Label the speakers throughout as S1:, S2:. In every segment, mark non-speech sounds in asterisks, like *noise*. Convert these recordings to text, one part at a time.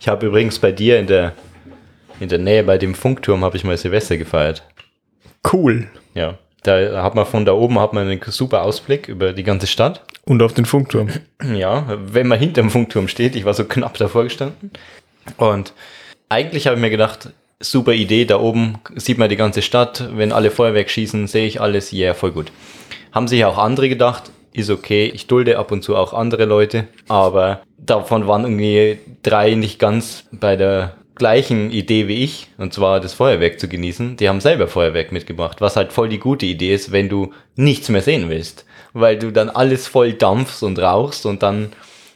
S1: Ich habe übrigens bei dir in der, in der Nähe bei dem Funkturm habe ich mal Silvester gefeiert.
S2: Cool.
S1: Ja. Da hat man von da oben hat man einen super Ausblick über die ganze Stadt.
S2: Und auf den Funkturm.
S1: Ja, wenn man hinterm Funkturm steht, ich war so knapp davor gestanden. Und eigentlich habe ich mir gedacht, super Idee, da oben sieht man die ganze Stadt, wenn alle Feuerwerk schießen, sehe ich alles, ja, yeah, voll gut. Haben sich auch andere gedacht, ist okay, ich dulde ab und zu auch andere Leute, aber davon waren irgendwie drei nicht ganz bei der gleichen Idee wie ich, und zwar das Feuerwerk zu genießen. Die haben selber Feuerwerk mitgebracht, was halt voll die gute Idee ist, wenn du nichts mehr sehen willst, weil du dann alles voll dampfst und rauchst und dann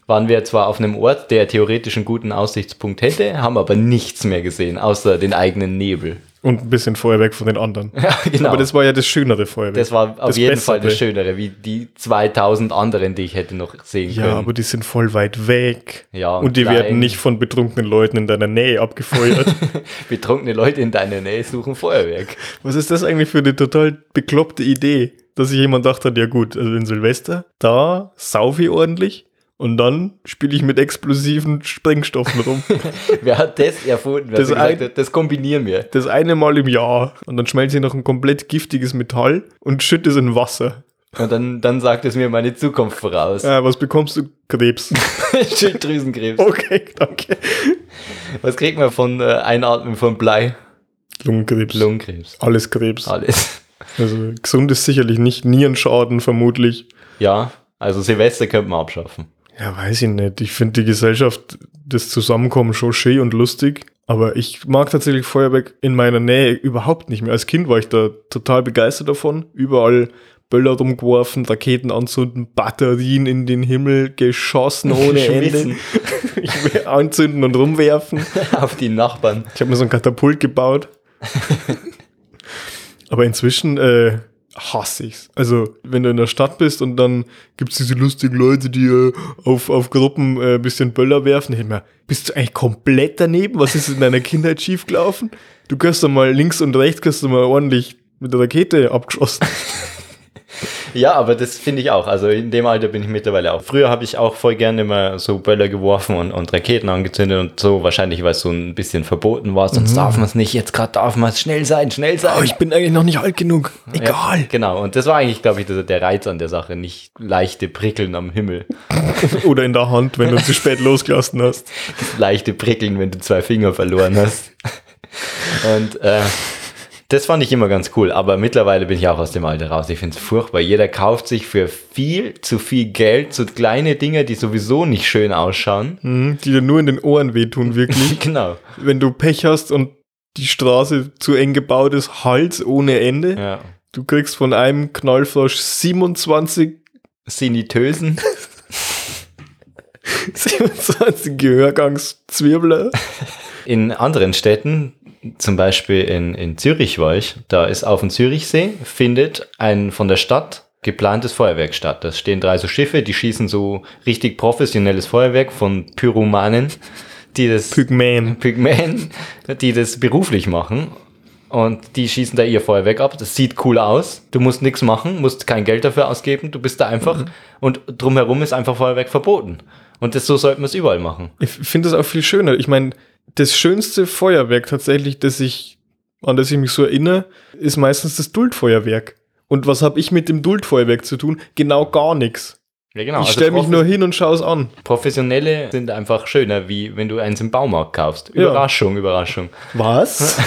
S1: waren wir zwar auf einem Ort, der theoretisch einen guten Aussichtspunkt hätte, haben aber nichts mehr gesehen, außer den eigenen Nebel.
S2: Und ein bisschen Feuerwerk von den anderen.
S1: Ja, genau.
S2: Aber das war ja das schönere Feuerwerk.
S1: Das war auf
S2: das
S1: jeden
S2: Bessere.
S1: Fall das Schönere, wie die 2000 anderen, die ich hätte noch sehen
S2: Ja,
S1: können.
S2: aber die sind voll weit weg.
S1: Ja,
S2: und die
S1: klein.
S2: werden nicht von betrunkenen Leuten in deiner
S1: *laughs*
S2: Nähe abgefeuert.
S1: *laughs* Betrunkene Leute in deiner Nähe suchen Feuerwerk.
S2: Was ist das eigentlich für eine total bekloppte Idee, dass sich jemand dachte, ja gut, also in Silvester, da sauf ich ordentlich und dann spiele ich mit explosiven
S1: *laughs*
S2: Sprengstoffen rum.
S1: Wer hat das erfunden? Wer
S2: Das
S1: so gesagt
S2: ein-
S1: hat, das kombinieren wir.
S2: das eine Mal im Jahr. Und dann schmelze ich noch ein komplett giftiges Metall und schütte es in Wasser.
S1: Und dann, dann sagt es mir meine Zukunft voraus.
S2: Äh, was bekommst du? Krebs.
S1: *laughs* Schilddrüsenkrebs.
S2: Okay, danke.
S1: Was kriegt man von äh, Einatmen von Blei?
S2: Lungenkrebs.
S1: Lungenkrebs.
S2: Alles Krebs.
S1: Alles.
S2: Also gesund ist sicherlich nicht. Nierenschaden vermutlich.
S1: Ja, also Silvester könnte man abschaffen. *laughs*
S2: Ja, weiß ich nicht. Ich finde die Gesellschaft, das Zusammenkommen schon schön und lustig. Aber ich mag tatsächlich Feuerwerk in meiner Nähe überhaupt nicht mehr. Als Kind war ich da total begeistert davon. Überall Böller rumgeworfen, Raketen anzünden, Batterien in den Himmel geschossen ohne Ende.
S1: Schmissen
S2: *laughs* Ich will anzünden und rumwerfen.
S1: auf die Nachbarn.
S2: Ich habe mir so ein Katapult *laughs* gebaut. Aber inzwischen äh, hasse ich's. Also, wenn du in der Stadt bist und dann gibt's diese lustigen Leute, die äh, auf, auf Gruppen äh, ein bisschen Böller werfen, ich mir, bist du eigentlich komplett daneben? Was ist in deiner Kindheit schiefgelaufen? Du gehörst doch mal links und rechts, gehörst du mal ordentlich mit der Rakete *laughs* abgeschossen.
S1: Ja, aber das finde ich auch. Also in dem Alter bin ich mittlerweile auch. Früher habe ich auch voll gerne immer so Böller geworfen und, und Raketen angezündet und so. Wahrscheinlich, weil es so ein bisschen verboten war. Sonst darf man es nicht. Jetzt gerade darf man es. Schnell sein, schnell sein.
S2: ich bin eigentlich noch nicht alt genug. Oh, Egal.
S1: Genau. Und das war eigentlich, glaube ich, der, der Reiz an der Sache. Nicht leichte Prickeln am Himmel.
S2: Oder in der Hand, wenn du zu spät losgelassen hast.
S1: Das leichte Prickeln, wenn du zwei Finger verloren hast. Und äh, das fand ich immer ganz cool. Aber mittlerweile bin ich auch aus dem Alter raus. Ich finde es furchtbar. Jeder kauft sich für viel zu viel Geld so kleine Dinge, die sowieso nicht schön ausschauen.
S2: Mhm, die dir nur in den Ohren wehtun, wirklich.
S1: *laughs* Genau.
S2: wenn du Pech hast und die Straße zu eng gebaut ist, Hals ohne Ende.
S1: Ja.
S2: Du kriegst von einem Knallfrosch *laughs* 27,
S1: Sinitösen.
S2: 27 Gehörgangszwirbler.
S1: In anderen Städten, zum Beispiel in, in Zürich war ich, da ist auf dem Zürichsee, findet ein von der Stadt geplantes Feuerwerk statt. Da stehen drei so Schiffe, die schießen so richtig professionelles Feuerwerk von Pyromanen, die das
S2: Pygmäen.
S1: Pygmäen, die das beruflich machen. Und die schießen da ihr Feuerwerk ab. Das sieht cool aus. Du musst nichts machen, musst kein Geld dafür ausgeben. Du bist da einfach.
S2: Mhm.
S1: Und drumherum ist einfach Feuerwerk verboten. Und das, so sollte man es überall machen.
S2: Ich finde das auch viel schöner. Ich meine, das schönste Feuerwerk tatsächlich, das ich, an das ich mich so erinnere, ist meistens das Duldfeuerwerk. Und was habe ich mit dem Duldfeuerwerk zu tun? Genau gar nichts.
S1: Ja, genau.
S2: Ich
S1: Also
S2: stelle mich
S1: Profi-
S2: nur hin und schaue es an.
S1: Professionelle sind einfach schöner, wie wenn du eins im Baumarkt kaufst.
S2: Ja.
S1: Überraschung, Überraschung. *laughs*
S2: Was?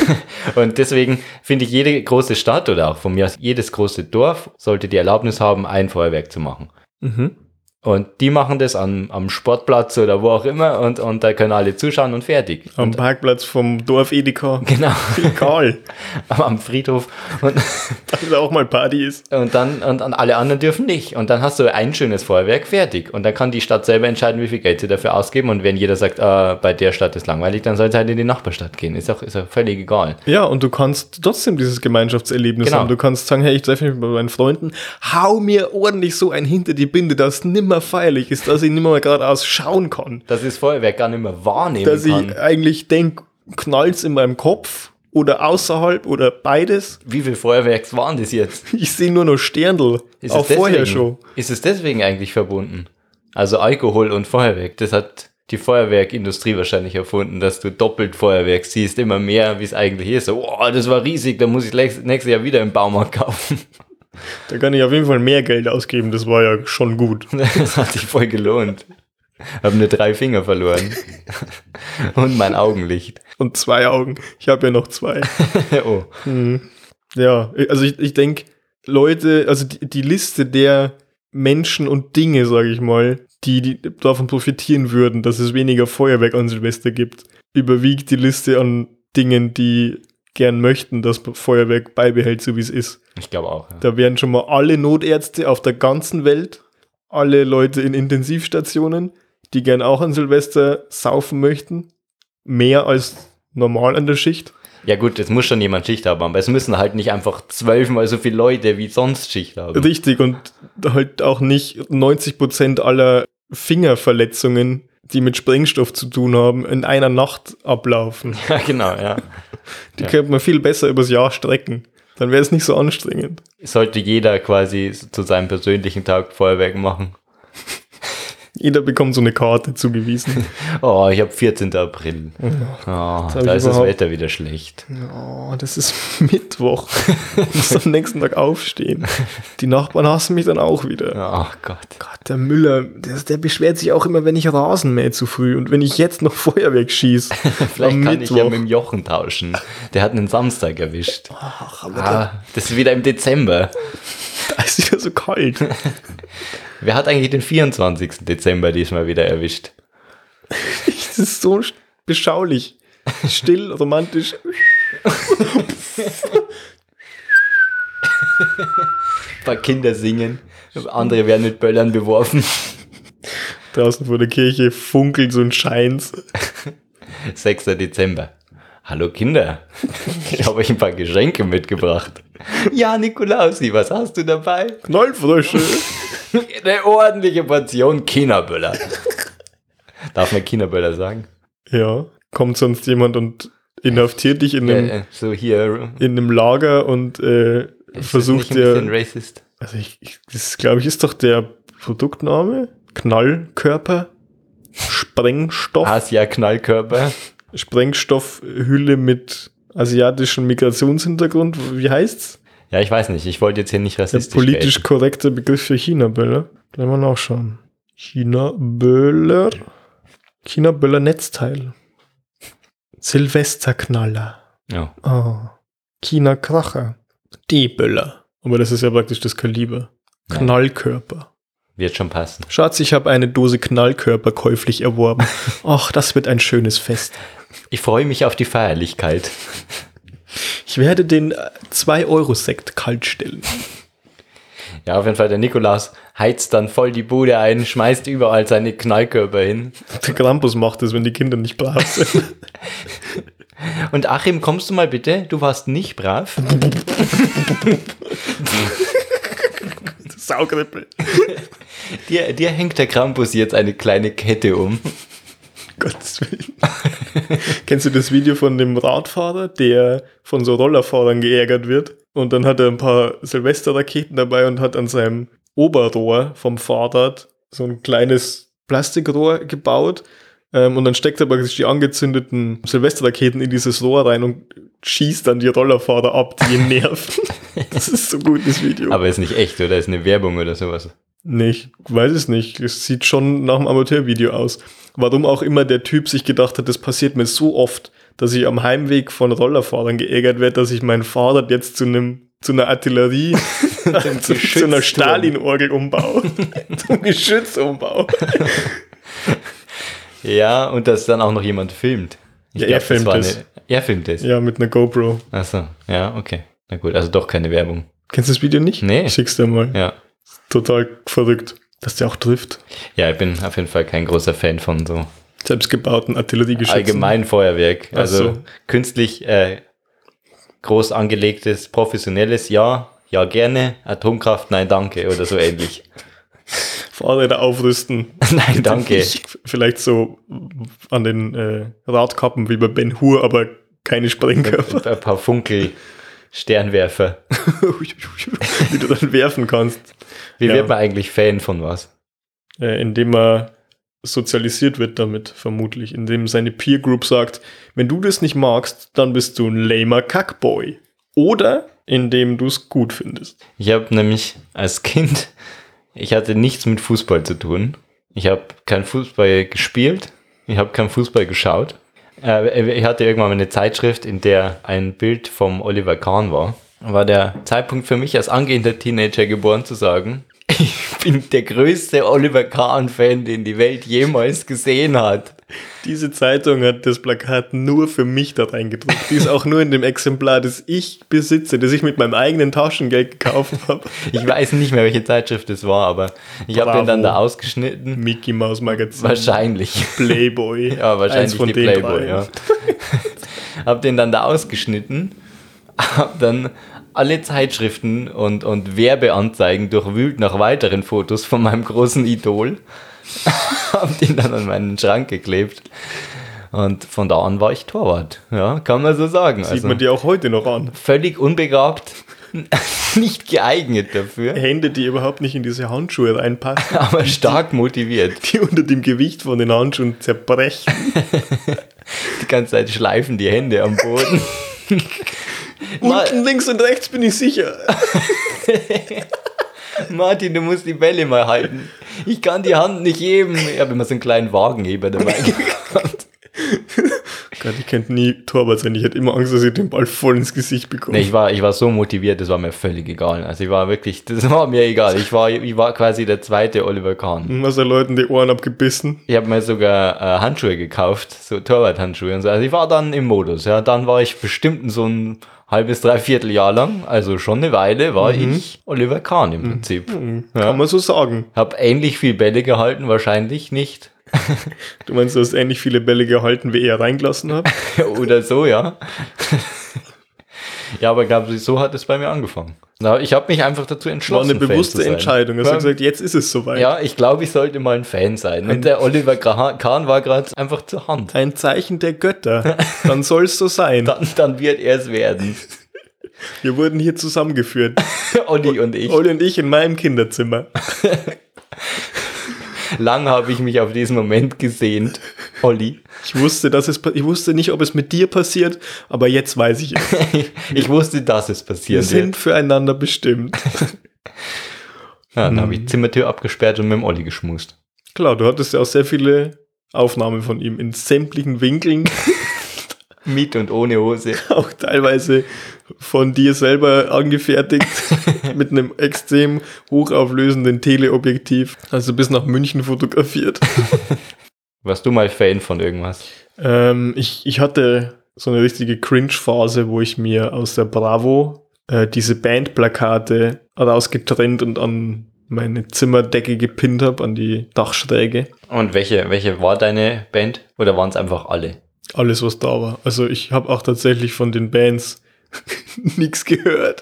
S1: Und deswegen finde ich, jede große Stadt oder auch von mir aus jedes große Dorf sollte die Erlaubnis haben, ein Feuerwerk zu machen.
S2: *laughs* mhm.
S1: Und die machen das am, am Sportplatz oder wo auch immer und, und da können alle zuschauen und fertig. *laughs*
S2: Am Parkplatz vom Dorf Edeka.
S1: Genau,
S2: Egal.
S1: am Friedhof. Und,
S2: dass *laughs* da auch mal Party ist.
S1: und dann und, und alle anderen dürfen nicht. Und dann hast du ein schönes Feuerwerk fertig. Und dann kann die Stadt selber entscheiden, wie viel Geld sie dafür ausgeben. Und wenn jeder sagt, äh, bei der Stadt ist langweilig, dann soll es halt in die Nachbarstadt gehen. Ist auch, ist auch völlig egal.
S2: Ja, und du kannst trotzdem dieses Gemeinschaftserlebnis
S1: Genau.
S2: haben. Du kannst sagen, hey, ich treffe mich mit meinen Freunden, hau mir ordentlich so ein hinter die Binde, dass nimmer feierlich ist, dass ich nimmer mal geradeaus schauen kann.
S1: Dass ich das Feuerwerk gar nicht mehr wahrnehmen
S2: Dass
S1: kann.
S2: ich eigentlich denk, knallt's in meinem Kopf oder außerhalb oder beides.
S1: wie viel Feuerwerks waren das jetzt?
S2: Ich sehe nur noch Sterndl. Auch
S1: es deswegen,
S2: vorher schon.
S1: Ist es deswegen eigentlich verbunden? Also Alkohol und Feuerwerk, das hat die Feuerwerkindustrie wahrscheinlich erfunden, dass du doppelt Feuerwerk siehst, immer mehr, wie es eigentlich ist. So, oh, das war riesig, da muss ich lex- nächstes Jahr wieder im Baumarkt kaufen.
S2: Da kann ich auf jeden Fall mehr Geld ausgeben, das war ja schon gut.
S1: *laughs* Das hat sich voll gelohnt. Habe nur drei Finger verloren. Und mein Augenlicht.
S2: Und zwei Augen. Ich habe ja noch zwei.
S1: *laughs* Oh.
S2: Hm. Ja, also ich, ich denke, Leute, also die, die Liste der Menschen und Dinge, sage ich mal, die, die davon profitieren würden, dass es weniger Feuerwerk an Silvester gibt, überwiegt die Liste an Dingen, die gern möchten, dass Feuerwerk beibehält, so wie es ist.
S1: Ich glaube auch. Ja.
S2: Da wären schon mal alle Notärzte auf der ganzen Welt, alle Leute in Intensivstationen, die gern auch an Silvester saufen möchten, mehr als normal an der Schicht.
S1: ja gut, es muss schon jemand Schicht haben, aber es müssen halt nicht einfach zwölfmal so viele Leute wie sonst Schicht haben.
S2: Richtig, und halt auch nicht 90% aller Fingerverletzungen, die mit Sprengstoff zu tun haben, in einer Nacht ablaufen.
S1: Ja, genau, ja.
S2: Die könnte man viel besser übers Jahr strecken. Dann wäre es nicht so anstrengend.
S1: Sollte jeder quasi zu seinem persönlichen Tag Feuerwerk machen.
S2: Jeder bekommt so eine
S1: *laughs*
S2: Karte zugewiesen.
S1: Oh, ich habe 14. April. Oh,
S2: ich
S1: da ist das
S2: überhaupt-
S1: Wetter wieder schlecht.
S2: Oh, das ist *laughs* Mittwoch. Ich muss am nächsten Tag aufstehen. Die Nachbarn hassen mich dann auch wieder.
S1: Oh Gott.
S2: Gott, der Müller, der, der beschwert sich auch immer, wenn ich Rasen mähe zu früh und wenn ich jetzt noch *laughs* Feuerwerk schieße.
S1: *laughs* Vielleicht kann ich ja mit dem Jochen tauschen. Der hat einen Samstag erwischt.
S2: Ach, aber
S1: Ah, das ist wieder im Dezember.
S2: da ist wieder so kalt.
S1: Wer hat eigentlich den 24. Dezember diesmal wieder erwischt?
S2: Das ist so sch- beschaulich.
S1: *laughs*
S2: Still, romantisch.
S1: Ein paar Kinder singen, andere werden mit Böllern beworfen. *laughs*
S2: Draußen vor der Kirche funkelt so ein Scheins.
S1: 6. Dezember. Hallo Kinder, ich habe euch ein paar Geschenke mitgebracht. Ja, Nikolausi, was hast du dabei? *laughs*
S2: Knollfrösche.
S1: Eine ordentliche Portion Kinderböller. Darf man Kinderböller sagen?
S2: ja. Kommt sonst jemand und inhaftiert dich in einem,
S1: Äh, äh, so hier.
S2: in einem Lager und äh,
S1: Ist
S2: versucht
S1: das nicht ein bisschen
S2: dir.
S1: racist.
S2: Also ich, ich, das glaube ich ist doch der Produktname. Knallkörper. Sprengstoff.
S1: Asia Knallkörper.
S2: Sprengstoffhülle mit asiatischem Migrationshintergrund. Wie heißt's?
S1: Ja, ich weiß nicht. Ich wollte jetzt hier nicht
S2: Der
S1: rassistisch
S2: politisch korrekte Begriff für China-Böller. Gleich mal nachschauen. China-Böller. China-Böller-Netzteil. Silvesterknaller.
S1: gelten. Ja.
S2: Oh. China-Kracher. D-Böller. Aber das ist ja praktisch das Kaliber.
S1: Ja.
S2: Knallkörper.
S1: Wird schon passen.
S2: Schatz, ich habe eine Dose Knallkörper käuflich erworben. Ach, das wird ein schönes Fest.
S1: Ich freue mich auf die Feierlichkeit.
S2: Ich werde den äh, 2-Euro-Sekt kaltstellen.
S1: Ja, auf jeden Fall, der Nikolaus heizt dann voll die Bude ein, schmeißt überall seine Knallkörper hin.
S2: Der Krampus macht es, wenn die Kinder nicht brav sind.
S1: Und Achim, kommst du mal bitte? Du warst nicht brav.
S2: Saugrippel.
S1: Dir, dir hängt der Krampus jetzt eine kleine Kette um.
S2: Gottes Willen. *laughs* Kennst du das Video von dem Radfahrer, der von so Rollerfahrern geärgert wird? Und dann hat er ein paar Silvesterraketen dabei und hat an seinem Oberrohr vom Fahrrad so ein kleines Plastikrohr gebaut. Ähm, und dann steckt er praktisch die angezündeten Silvesterraketen in dieses Rohr rein und schießt dann die Rollerfahrer ab, die ihn nerven. *laughs* das ist so gut, das Video.
S1: Aber ist nicht echt, oder? Ist eine Werbung oder sowas.
S2: Nee, ich weiß es nicht. Es sieht schon nach einem Amateurvideo aus. Warum auch immer der Typ sich gedacht hat, das passiert mir so oft, dass ich am Heimweg von Rollerfahrern geärgert werde, dass ich mein Fahrrad jetzt zu einem zu
S1: *laughs*
S2: einer Artillerie, *laughs* zu, zu einer
S1: Geschützturm. *laughs*
S2: Stalin-Orgel umbaue. Zum Geschütz umbaue.
S1: Ja, und dass dann auch noch jemand filmt. Ich
S2: Ja, er
S1: das
S2: filmt
S1: war
S2: es.
S1: eine- Er filmt es.
S2: Ja, mit einer GoPro.
S1: Achso, ja, okay. Na gut, also doch keine Werbung.
S2: Kennst du das Video nicht?
S1: Nee.
S2: Ich Schick's dir mal.
S1: Ja.
S2: Total verrückt, dass der auch trifft.
S1: Ja, ich bin auf jeden Fall kein großer Fan von so
S2: Selbstgebauten Artilleriegeschützen.
S1: allgemein Feuerwerk.
S2: Ach
S1: Also
S2: so.
S1: künstlich äh, groß angelegtes, professionelles, ja, ja gerne. Atomkraft, nein, danke oder so ähnlich.
S2: *laughs* Fahrräder aufrüsten.
S1: nein, danke.
S2: Vielleicht so an den äh, Radkappen wie bei Ben Hur, aber keine Sprengkörper,
S1: Ein paar Funkel, Sternwerfer.
S2: *laughs* die du dann werfen kannst,
S1: Wie
S2: Ja.
S1: wird man eigentlich Fan von was?
S2: äh, indem man sozialisiert wird damit, vermutlich, indem seine Peer Group sagt, wenn du das nicht magst, dann bist du ein lamer Kackboy. Oder indem du es gut findest.
S1: Ich habe nämlich als Kind, ich hatte nichts mit Fußball zu tun. Ich habe kein Fußball gespielt. Ich habe kein Fußball geschaut. Äh, ich hatte irgendwann mal eine Zeitschrift, in der ein Bild vom Oliver Kahn war. War der Zeitpunkt für mich als angehender Teenager geboren zu sagen, *laughs* ich bin der größte Oliver Kahn-Fan, den die Welt jemals gesehen hat.
S2: Diese Zeitung hat das Plakat nur für mich dort eingedruckt. Die ist auch nur in dem Exemplar, das ich besitze, das ich mit meinem eigenen Taschengeld gekauft
S1: *laughs*
S2: habe.
S1: Ich weiß nicht mehr, welche Zeitschrift es war, aber ich habe den dann da ausgeschnitten.
S2: Mickey Mouse Magazin.
S1: Wahrscheinlich.
S2: Playboy.
S1: *laughs* Ja,
S2: Eins
S1: wahrscheinlich
S2: von
S1: die
S2: den
S1: Playboy,
S2: drei.
S1: ja. *laughs* hab den dann da ausgeschnitten, hab dann alle Zeitschriften und, und Werbeanzeigen durchwühlt nach weiteren Fotos von meinem großen Idol, *laughs* hab den dann an meinen Schrank geklebt. Und von da an war ich Torwart, ja, kann man so sagen.
S2: Sieht
S1: Also
S2: man die auch heute noch an.
S1: völlig unbegabt, *laughs* nicht geeignet dafür,
S2: Hände, die überhaupt nicht in diese Handschuhe
S1: *laughs*
S2: reinpassen,
S1: aber stark motiviert.
S2: die unter dem Gewicht von den Handschuhen zerbrechen.
S1: Die ganze Zeit schleifen die Hände am
S2: *laughs*
S1: Boden. *laughs* Ma-
S2: Unten links und rechts bin ich sicher.
S1: Martin, du musst die Bälle mal halten. Ich kann die Hand nicht heben. Ich habe immer so einen kleinen Wagenheber dabei. gehabt.
S2: Gott, ich könnte nie Torwart sein. Ich hätte immer Angst, dass ich den Ball voll ins Gesicht bekomme.
S1: nee, ich, war, ich war so motiviert, das war mir völlig egal. Also ich war wirklich, das war mir egal. Ich war, ich war quasi der zweite Oliver Kahn.
S2: Und was er Leuten die Ohren abgebissen.
S1: Ich habe mir sogar äh, Handschuhe gekauft, so Torwart-Handschuhe und so. Also ich war dann im Modus. Ja, dann war ich bestimmt so ein halbes, dreiviertel Jahr lang, also schon eine Weile, war ich Oliver Kahn im Prinzip. Ja.
S2: Kann man so sagen.
S1: Hab ähnlich viel Bälle gehalten, wahrscheinlich nicht.
S2: Du meinst, du hast ähnlich viele Bälle gehalten, wie er reingelassen
S1: *laughs*
S2: hat?
S1: Oder so, ja. *laughs* ja, aber glaube ich, so hat es bei mir angefangen. Na, ich habe mich einfach dazu
S2: War
S1: entschlossen.
S2: eine
S1: Fan zu
S2: bewusste
S1: sein.
S2: Entscheidung. Du hast
S1: Ja,
S2: du gesagt, jetzt ist es soweit.
S1: ja, ich glaube, ich sollte mal ein Fan sein. Und der Oliver Gra- Kahn war gerade einfach zur Hand.
S2: Ein Zeichen
S1: *laughs*
S2: der Götter. Dann soll es so sein.
S1: Dann, dann wird er es werden. *laughs*
S2: Wir wurden hier zusammengeführt.
S1: Olli und ich.
S2: Olli und ich in meinem Kinderzimmer.
S1: Lang habe ich mich auf diesen Moment gesehnt. Olli. *laughs*
S2: Ich wusste, dass es, pa- ich wusste nicht, ob es mit dir passiert, aber jetzt weiß ich
S1: *laughs*
S2: es.
S1: Ich wusste, dass es
S2: Wir
S1: passieren wird.
S2: sind füreinander bestimmt.
S1: Ja, dann habe
S2: Hm.
S1: ich Zimmertür abgesperrt und mit dem Olli geschmust.
S2: Klar, du hattest ja auch sehr viele Aufnahmen von ihm in sämtlichen Winkeln, *laughs*
S1: Mit und ohne Hose.
S2: auch teilweise von dir selber angefertigt, mit einem extrem hochauflösenden Teleobjektiv. Also bis nach München fotografiert.
S1: Warst du mal Fan von irgendwas?
S2: Ähm, ich, ich hatte so eine richtige Cringe-Phase, wo ich mir aus der Bravo äh, diese Bandplakate rausgetrennt und an meine Zimmerdecke gepinnt habe, an die Dachschräge.
S1: Und welche, welche war deine Band? Oder waren es einfach alle?
S2: Alles, was da war. Also ich habe auch tatsächlich von den Bands *laughs* nichts gehört.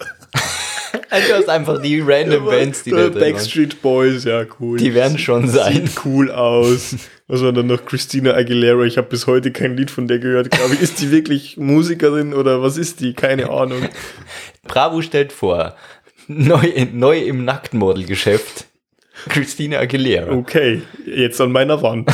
S1: Also du hast einfach die random Bands, die da drin waren.
S2: Backstreet Boys, ja cool.
S1: Die werden schon sein.
S2: Sieht cool aus. Was war dann noch Christina Aguilera? Ich habe bis heute kein Lied von der gehört, glaube ich. Ist die wirklich Musikerin oder was ist die? Keine Ahnung.
S1: Bravo stellt vor, neu, neu im Nacktmodelgeschäft, Christina Aguilera.
S2: Okay, jetzt an meiner *laughs* Oh Wand.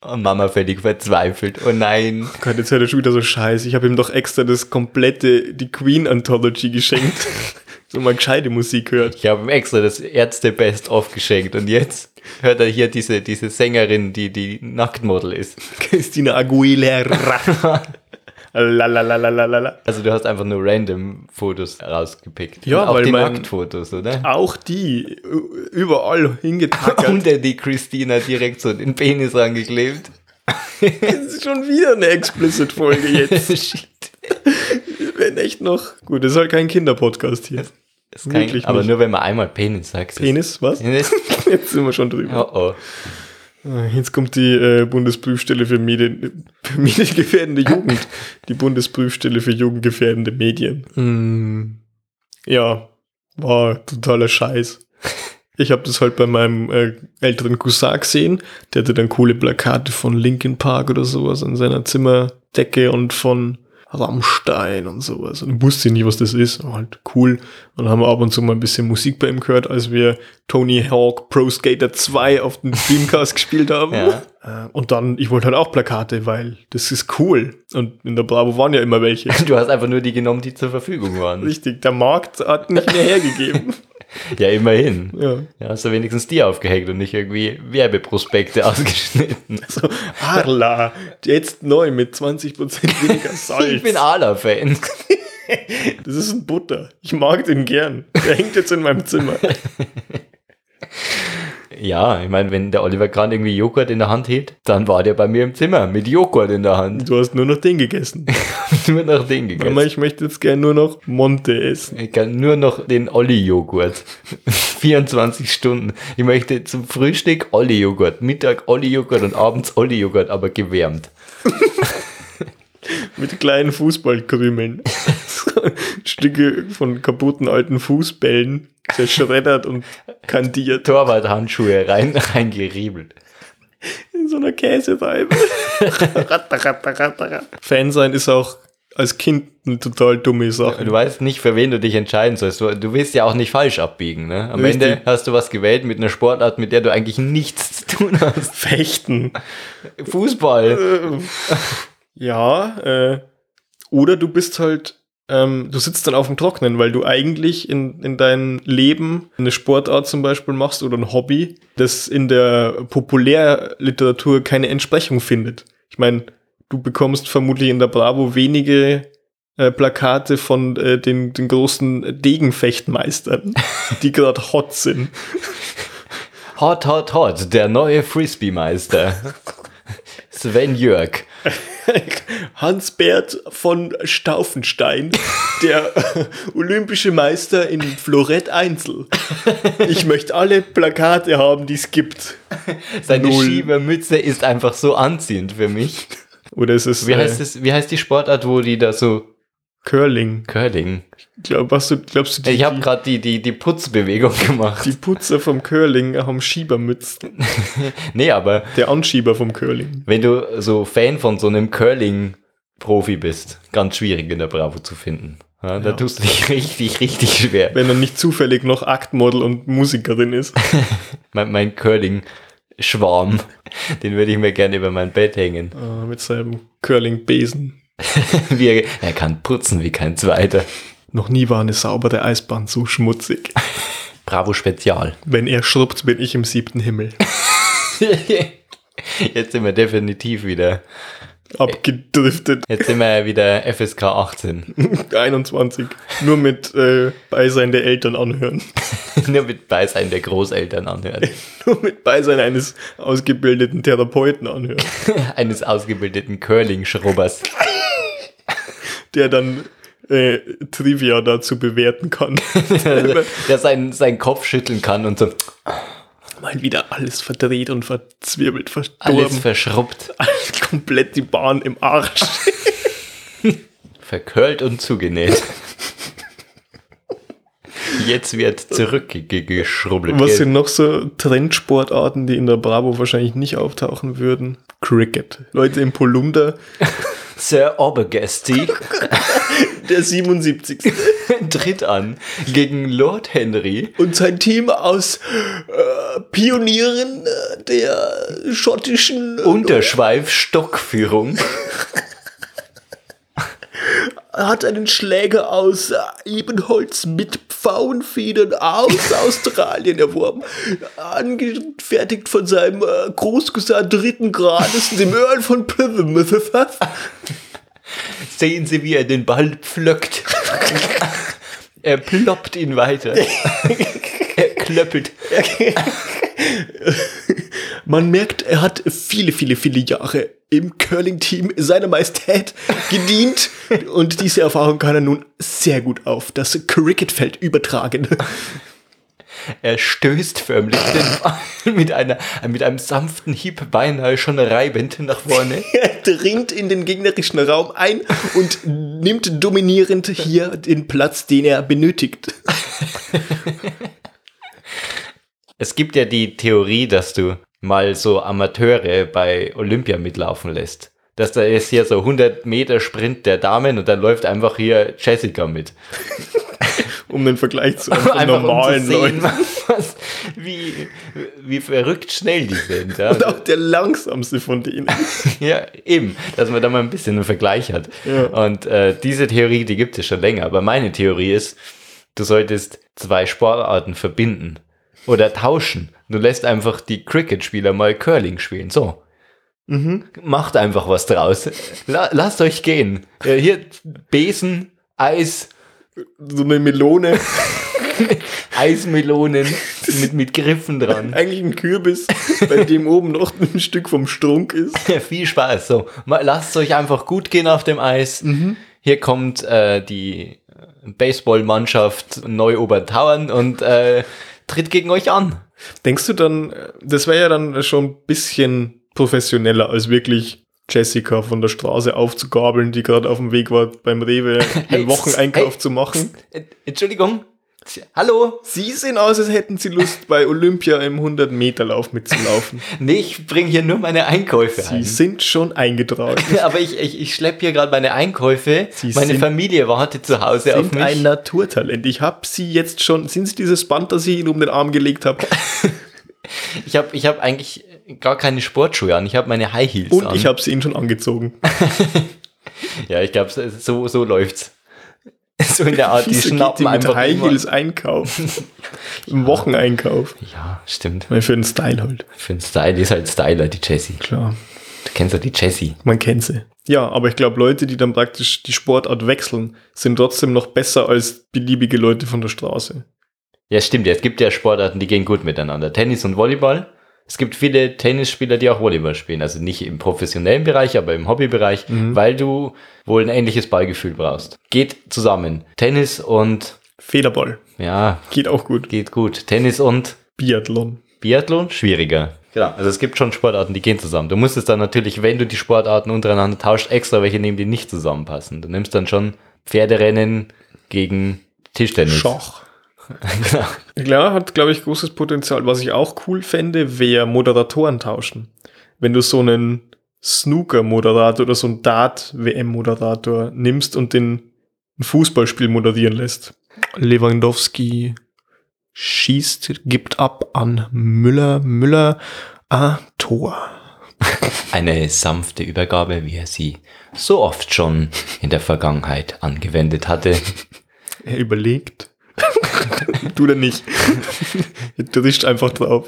S1: Und Mama völlig verzweifelt. Oh nein.
S2: Gott, jetzt hört er schon wieder so scheiße. Ich habe ihm doch extra das komplette, die Queen Anthology geschenkt. *laughs* so mal gescheite Musik hört.
S1: Ich habe ihm extra das Ärzte-Best aufgeschenkt. Und jetzt hört er hier diese, diese Sängerin, die die Nacktmodel ist.
S2: *laughs* Christina Aguilera. *laughs* Lalalalalalala.
S1: Also du hast einfach nur random Fotos rausgepickt.
S2: Ja,
S1: Und auch
S2: weil
S1: die
S2: mein-
S1: Nacktfotos, oder?
S2: Auch die, ü- überall
S1: Ah, *laughs*
S2: hingetackert.
S1: Unter die Christina direkt so den Penis rangeklebt.
S2: Das ist schon wieder eine Explicit-Folge *laughs* jetzt.
S1: Shit.
S2: Wenn echt noch. Gut, das ist halt kein Kinderpodcast hier.
S1: Ist kein,
S2: Wirklich
S1: aber
S2: nicht.
S1: nur wenn man einmal Penis sagt. ist-
S2: Penis, was?
S1: Penis?
S2: *laughs* Jetzt sind wir schon drüber.
S1: Oh oh.
S2: Jetzt kommt die äh, Bundesprüfstelle für Medien, für *laughs* mediengefährdende Jugend. Die Bundesprüfstelle für jugendgefährdende Medien. Ja, war totaler Scheiß. Ich habe das halt bei meinem äh, älteren Cousin gesehen. Der hatte dann coole Plakate von Linkin Park oder sowas an seiner Zimmerdecke und von Rammstein und sowas. Und ich wusste nie, was das ist. Aber halt cool. Und dann haben wir ab und zu mal ein bisschen Musik bei ihm gehört, als wir Tony Hawk Pro Skater 2 auf dem Dreamcast *laughs* gespielt haben.
S1: Ja.
S2: Äh, Und dann, ich wollte halt auch Plakate, weil das ist cool. Und in der Bravo waren ja immer welche.
S1: Du hast einfach nur die genommen, die zur Verfügung waren.
S2: Richtig, der Markt hat nicht mehr hergegeben.
S1: Ja, immerhin.
S2: ja.
S1: Ja, hast du wenigstens die aufgehängt und nicht irgendwie Werbeprospekte *laughs* ausgeschnitten.
S2: So, Arla, jetzt neu mit 20% weniger Salz.
S1: *laughs* Ich bin Ala-Fan.
S2: das ist ein Butter. Ich mag den gern. Der hängt jetzt in meinem Zimmer.
S1: Ja, ich meine, wenn der Oliver gerade irgendwie Joghurt in der Hand hielt, dann war der bei mir im Zimmer mit Joghurt in der Hand. *laughs*
S2: Du hast nur noch den gegessen.
S1: nur nach den
S2: Mama,
S1: gegessen.
S2: ich möchte jetzt gern nur noch Monte essen.
S1: Ich kann nur noch den Olli-Joghurt. *laughs* 24 Stunden. Ich möchte zum Frühstück Olli-Joghurt, Mittag Olli-Joghurt und abends Olli-Joghurt, aber gewärmt.
S2: Mit kleinen Fußballkrümeln. *laughs* So, Stücke von kaputten alten Fußbällen. Zerschreddert und kandiert.
S1: Torwart-Handschuhe rein, *laughs* reingeriebelt.
S2: In so einer Käseteibe. *laughs* Ratter, ratter, ratter, ratter. Fan sein ist auch als Kind eine total dumme Sache.
S1: Du weißt nicht, für wen du dich entscheiden sollst. Du, du willst ja auch nicht falsch abbiegen. Ne? Am
S2: Richtig.
S1: Ende hast du was gewählt mit einer Sportart, mit der du eigentlich nichts zu tun hast. *laughs*
S2: Fechten.
S1: Fußball.
S2: Äh, ja, äh, oder du bist halt, ähm, du sitzt dann auf dem Trocknen, weil du eigentlich in, in deinem Leben eine Sportart zum Beispiel machst oder ein Hobby, das in der Populärliteratur keine Entsprechung findet. Ich meine, du bekommst vermutlich in der Bravo wenige äh, Plakate von äh, den, den großen Degenfechtmeistern, die gerade hot sind.
S1: Hot, hot, hot, der neue Frisbee-Meister.
S2: *laughs*
S1: Sven Jörg.
S2: Hans Bert von Staufenstein, der *laughs* olympische Meister in Florett Einzel. Ich möchte alle Plakate haben, die es gibt.
S1: Seine
S2: Null.
S1: Schiebermütze ist einfach so anziehend für mich.
S2: Oder ist äh, es
S1: Wie heißt, es, wie heißt die Sportart, wo die da so
S2: Curling?
S1: Curling?
S2: Glaub, hast du, glaubst du, die,
S1: Ich habe gerade die, die, die Putzbewegung *laughs* gemacht.
S2: die Putzer vom Curling haben Schiebermützen?
S1: Nee, aber
S2: Der Anschieber vom Curling.
S1: wenn du so Fan von so einem Curling-Profi bist, ganz schwierig in der Bravo zu finden. Ja, da
S2: Ja.
S1: tust du dich *laughs* richtig, richtig schwer.
S2: Wenn er nicht zufällig noch Aktmodel und Musikerin ist.
S1: Mein, mein Curling-Schwarm, *laughs* den würde ich mir gerne über mein Bett hängen.
S2: Äh, mit seinem Curling-Besen.
S1: *laughs* Wie er, er kann putzen wie kein zweiter.
S2: Noch nie war eine saubere Eisbahn so schmutzig.
S1: Bravo Spezial.
S2: Wenn er schrubbt, bin ich im siebten Himmel.
S1: *laughs* Jetzt sind wir definitiv wieder.
S2: Abgedriftet.
S1: Jetzt sind wir wieder FSK 18.
S2: 21. Nur mit äh, Beisein der Eltern anhören.
S1: *laughs*
S2: *laughs*
S1: Nur mit Beisein der Großeltern *laughs* anhört.
S2: Nur mit Beisein eines ausgebildeten Therapeuten anhören,
S1: Eines ausgebildeten *laughs* Curling-Schrubbers.
S2: der dann äh, Trivia dazu bewerten kann. *laughs*
S1: der seinen, seinen Kopf schütteln kann und so
S2: Mal wieder alles verdreht und verzwirbelt,
S1: alles
S2: verdorben.
S1: verschrubbt,
S2: Komplett die Bahn im Arsch.
S1: verkörlt und zugenäht. Jetzt wird zurückgeschrubbelt.
S2: Was sind noch so Trendsportarten, die in der Bravo wahrscheinlich nicht auftauchen würden? Cricket. Leute im Polunder,
S1: Sir Obergasty
S2: der 77.
S1: *laughs* tritt an gegen Lord Henry.
S2: und sein Team aus äh, Pionieren äh, der schottischen äh,
S1: Unterschweif Stockführung.
S2: hat einen Schläger aus äh, Ebenholz mit Pfauenfedern aus Australien erworben, angefertigt von seinem äh, Großcousin dritten Grades, dem Earl von Plymouth.
S1: Sehen Sie, wie er den Ball pflöckt. er ploppt ihn weiter. er klöppelt.
S2: Man merkt, er hat viele, viele, viele Jahre im Curling-Team seiner Majestät gedient und diese Erfahrung kann er nun sehr gut auf das Cricketfeld übertragen.
S1: Er stößt förmlich den Ball mit, einer, mit einem sanften Hieb beinahe schon reibend nach vorne.
S2: Er *laughs* dringt in den gegnerischen Raum ein und nimmt dominierend hier den Platz, den er benötigt.
S1: Es gibt ja die Theorie, dass du mal so Amateure bei Olympia mitlaufen lässt. dass da ist hier so 100 Meter Sprint der Damen und dann läuft einfach hier Jessica
S2: *laughs*
S1: mit.
S2: Um den Vergleich zu
S1: Einfach
S2: einfach normalen
S1: um zu sehen,
S2: Leuten.
S1: *laughs* was, wie, wie verrückt schnell die sind. Ja.
S2: Und auch der langsamste von denen.
S1: *laughs* Ja, eben, dass man da mal ein bisschen einen Vergleich hat.
S2: Ja.
S1: Und äh, diese Theorie, die gibt es schon länger, aber meine Theorie ist, du solltest zwei Sportarten verbinden oder tauschen. Du lässt einfach die Cricket-Spieler mal Curling spielen, so. Macht einfach was draus. La lasst euch gehen. Äh, hier Besen, Eis,
S2: So eine Melone,
S1: Eismelonen mit, mit Griffen dran.
S2: eigentlich ein Kürbis, bei dem oben noch ein Stück vom Strunk ist.
S1: *laughs* Viel Spaß. So, mal, lasst euch einfach gut gehen auf dem Eis.
S2: Mhm.
S1: Hier kommt äh, die Baseballmannschaft Neu-Obertauern und äh, tritt gegen euch an.
S2: Denkst du dann, äh, das wäre ja dann schon ein bisschen professioneller als wirklich Jessica von der Straße aufzugabeln, die gerade auf dem Weg war, beim *laughs* Rewe
S1: Hey,
S2: einen Wocheneinkauf
S1: hey.
S2: zu machen.
S1: Äh, Entschuldigung. Tja, Hallo?
S2: Sie sehen aus, als hätten sie Lust, bei Olympia im 100-Meter-Lauf *laughs* mitzulaufen.
S1: Nee, ich bringe hier nur meine Einkäufe
S2: Sie
S1: ein.
S2: sind schon eingetragen.
S1: *laughs*
S2: *laughs*
S1: Aber ich, ich, ich schleppe hier gerade meine Einkäufe.
S2: Sie
S1: meine
S2: sind-
S1: Familie wartet zu Hause auf
S2: sind
S1: mich.
S2: ein Naturtalent. Ich habe sie jetzt schon. Sind sie dieses Band, das ich ihnen um den Arm gelegt *laughs* habe?
S1: Ich habe ich hab eigentlich gar keine Sportschuhe an. Ich habe meine High Heels
S2: Und
S1: an.
S2: ich habe sie ihnen schon angezogen.
S1: ja, ich glaube, so, so läuft's. *laughs* So in der
S2: *laughs*
S1: Art, die
S2: Wieso geht
S1: schnappen
S2: mit
S1: einfach
S2: High
S1: immer.
S2: Heels einkaufen. *laughs* Im Wocheneinkauf.
S1: Ja, stimmt.
S2: Weil Für den Style halt.
S1: Für den Style die ist halt Styler, die Jessie.
S2: Klar.
S1: Du kennst ja die Jessie.
S2: Man kennt sie. Ja, aber ich glaube, Leute, die dann praktisch die Sportart wechseln, sind trotzdem noch besser als beliebige Leute von der Straße.
S1: Ja, stimmt. ja, Es gibt ja Sportarten, die gehen gut miteinander. Tennis und Volleyball. Es gibt viele Tennisspieler, die auch Volleyball spielen. Also nicht im professionellen Bereich, aber im Hobbybereich, weil du wohl ein ähnliches Ballgefühl brauchst. Geht zusammen. Tennis und,
S2: Federball.
S1: ja,
S2: Geht auch gut.
S1: geht gut. Tennis und
S2: Biathlon.
S1: Biathlon schwieriger. Genau. Also es gibt schon Sportarten, die gehen zusammen. Du musst es dann natürlich, wenn du die Sportarten untereinander tauschst, extra welche nehmen, die nicht zusammenpassen. Du nimmst dann schon Pferderennen gegen Tischtennis.
S2: Schach.
S1: Genau.
S2: Klar, hat, glaube ich, großes Potenzial. Was ich auch cool fände, wäre Moderatoren tauschen. Wenn du so einen Snooker-Moderator oder so einen Dart-WM-Moderator nimmst und den ein Fußballspiel moderieren lässt. Lewandowski schießt, gibt ab an Müller, Müller, ah, Tor.
S1: Eine sanfte Übergabe, wie er sie so oft schon in der Vergangenheit angewendet hatte.
S2: Er überlegt. *laughs* du denn *laughs* nicht. du riechst einfach drauf.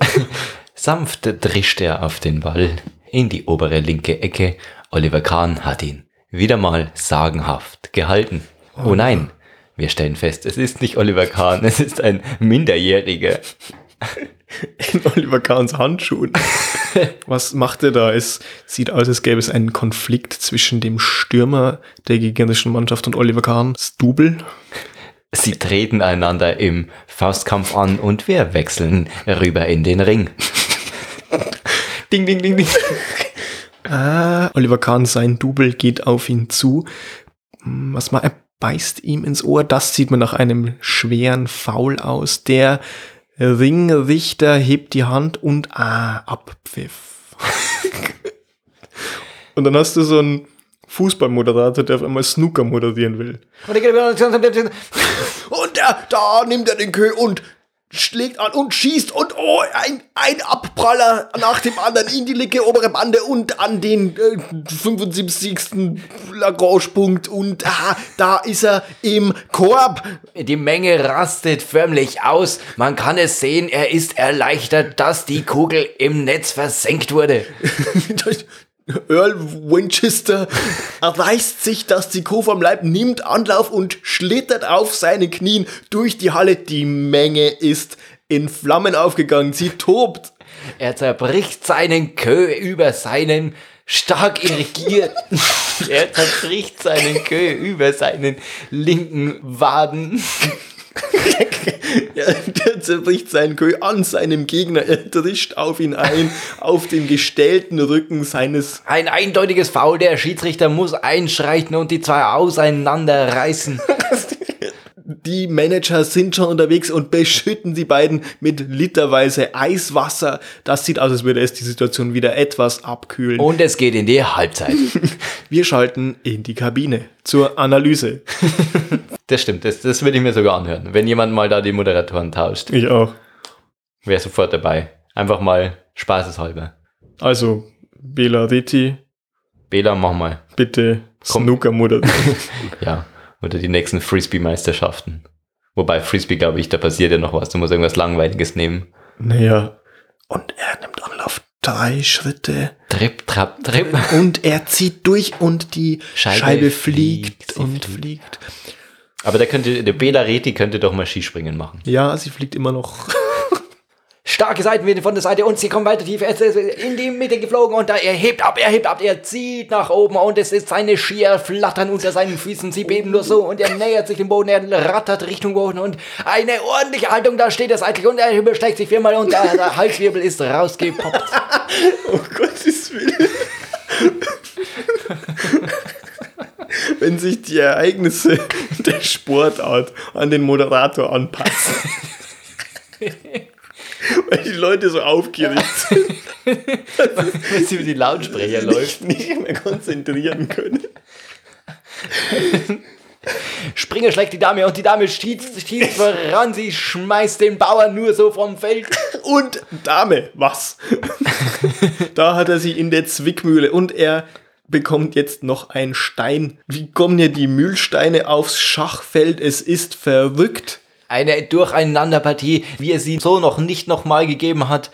S1: Sanft drischt er auf den Ball in die obere linke Ecke. Oliver Kahn hat ihn wieder mal sagenhaft gehalten. Oh nein, wir stellen fest, es ist nicht Oliver Kahn, es ist ein Minderjähriger.
S2: *laughs* in Oliver Kahns Handschuhen. Was macht er da? Es sieht aus, als gäbe es einen Konflikt zwischen dem Stürmer der gegnerischen Mannschaft und Oliver Kahns Double.
S1: Sie treten einander im Faustkampf an und wir wechseln rüber in den Ring.
S2: Ding, ding, ding, ding. Ah, Oliver Kahn, sein Double geht auf ihn zu. Hm, Was mal, er beißt ihm ins Ohr. Das sieht man nach einem schweren Foul aus. Der Ringrichter hebt die Hand und ah, abpfiff. *laughs* und dann hast du so einen Fußballmoderator, der auf einmal Snooker moderieren will. Und da, da nimmt er den Kö und schlägt an und schießt und oh, ein, ein Abpraller nach dem anderen in die linke obere Bande und an den äh, 75. Lagrange-Punkt und ah, da ist er im Korb. *laughs*
S1: Die Menge rastet förmlich aus. Man kann es sehen, er ist erleichtert, dass die Kugel im Netz versenkt wurde.
S2: Earl Winchester erreißt sich das Trikot vom Leib, nimmt Anlauf und schlittert auf seine Knien durch die Halle. Die Menge ist in Flammen aufgegangen. Sie tobt.
S1: Er zerbricht seinen Kö über seinen stark *laughs* irrigierten. er zerbricht seinen Kö über seinen linken Waden.
S2: *laughs* Ja, der zerbricht seinen Köh an seinem Gegner, er drischt auf ihn ein, auf den gestellten Rücken seines.
S1: Ein eindeutiges Foul, der Schiedsrichter muss einschreiten und die zwei auseinanderreißen.
S2: die Manager sind schon unterwegs und beschütten die beiden mit literweise Eiswasser. Das sieht aus, als würde es die Situation wieder etwas abkühlen.
S3: Und es geht in die Halbzeit.
S2: Wir schalten in die Kabine zur Analyse.
S1: Das stimmt, das, das würde ich mir sogar anhören. Wenn jemand mal da die Moderatoren tauscht,
S2: Ich auch.
S1: wäre sofort dabei. Einfach mal spaßeshalber.
S2: Also, Bela Ritti,
S1: Bela, mach mal.
S2: bitte
S1: Komm.
S2: Snooker-Mutter.
S1: Ja. Oder die nächsten Frisbee-Meisterschaften. Wobei Frisbee, glaube ich, da passiert ja noch was. Du musst irgendwas Langweiliges nehmen.
S2: *laughs* naja. Und er nimmt Anlauf drei Schritte.
S1: Trip, trap, trip.
S2: Und er zieht durch und die Scheibe,
S1: Scheibe
S2: fliegt,
S1: fliegt, sie
S2: und
S1: fliegt.
S2: fliegt.
S1: Aber da könnte, der Bela Reti könnte doch mal Skispringen machen.
S2: Ja, sie fliegt immer noch.
S3: Starke Seitenwinde von der Seite und sie kommen weiter tief. Es ist in die Mitte geflogen und da er hebt ab, er hebt ab, er zieht nach oben und es ist seine Skier flattern unter seinen Füßen. Sie beben nur so und er nähert sich dem Boden, er rattert Richtung Boden und eine ordentliche Haltung, da steht er seitlich und er überschlägt sich viermal und der, der Halswirbel ist rausgepoppt.
S2: *laughs* Oh Gottes Willen. *laughs* Wenn sich die Ereignisse der Sportart an den Moderator anpassen.
S1: *laughs*
S2: Weil die Leute so aufgeregt sind,
S1: *laughs* Wenn sie über
S3: *laughs*
S1: die Lautsprecher läuft.
S2: sich nicht mehr konzentrieren können.
S3: Springer schlägt die Dame und die Dame schießt, schießt voran, sie schmeißt den Bauern nur so vom Feld.
S2: Und Dame, was? da hat er sie in der Zwickmühle und er bekommt jetzt noch einen Stein. Wie kommen hier die Mühlsteine aufs Schachfeld? Es ist verrückt.
S3: Eine Durcheinanderpartie, wie es sie so noch nicht nochmal gegeben hat.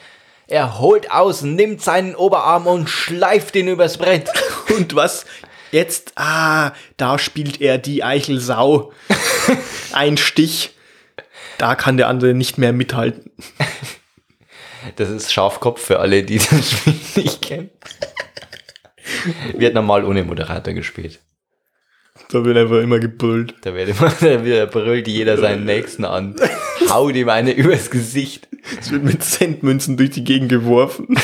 S3: Er holt aus, nimmt seinen Oberarm und schleift ihn übers Brett.
S2: Und was jetzt? Ah, da spielt er die Eichelsau. Ein Stich. Da kann der andere nicht mehr mithalten.
S1: Das ist Schafkopf für alle, die das Spiel nicht kennen. Wird normal ohne Moderator gespielt.
S2: Da wird einfach immer gebrüllt.
S1: Da wird immer, da wird- brüllt jeder seinen Nächsten an. Haut ihm eine übers Gesicht.
S2: Es wird mit Centmünzen durch die Gegend geworfen.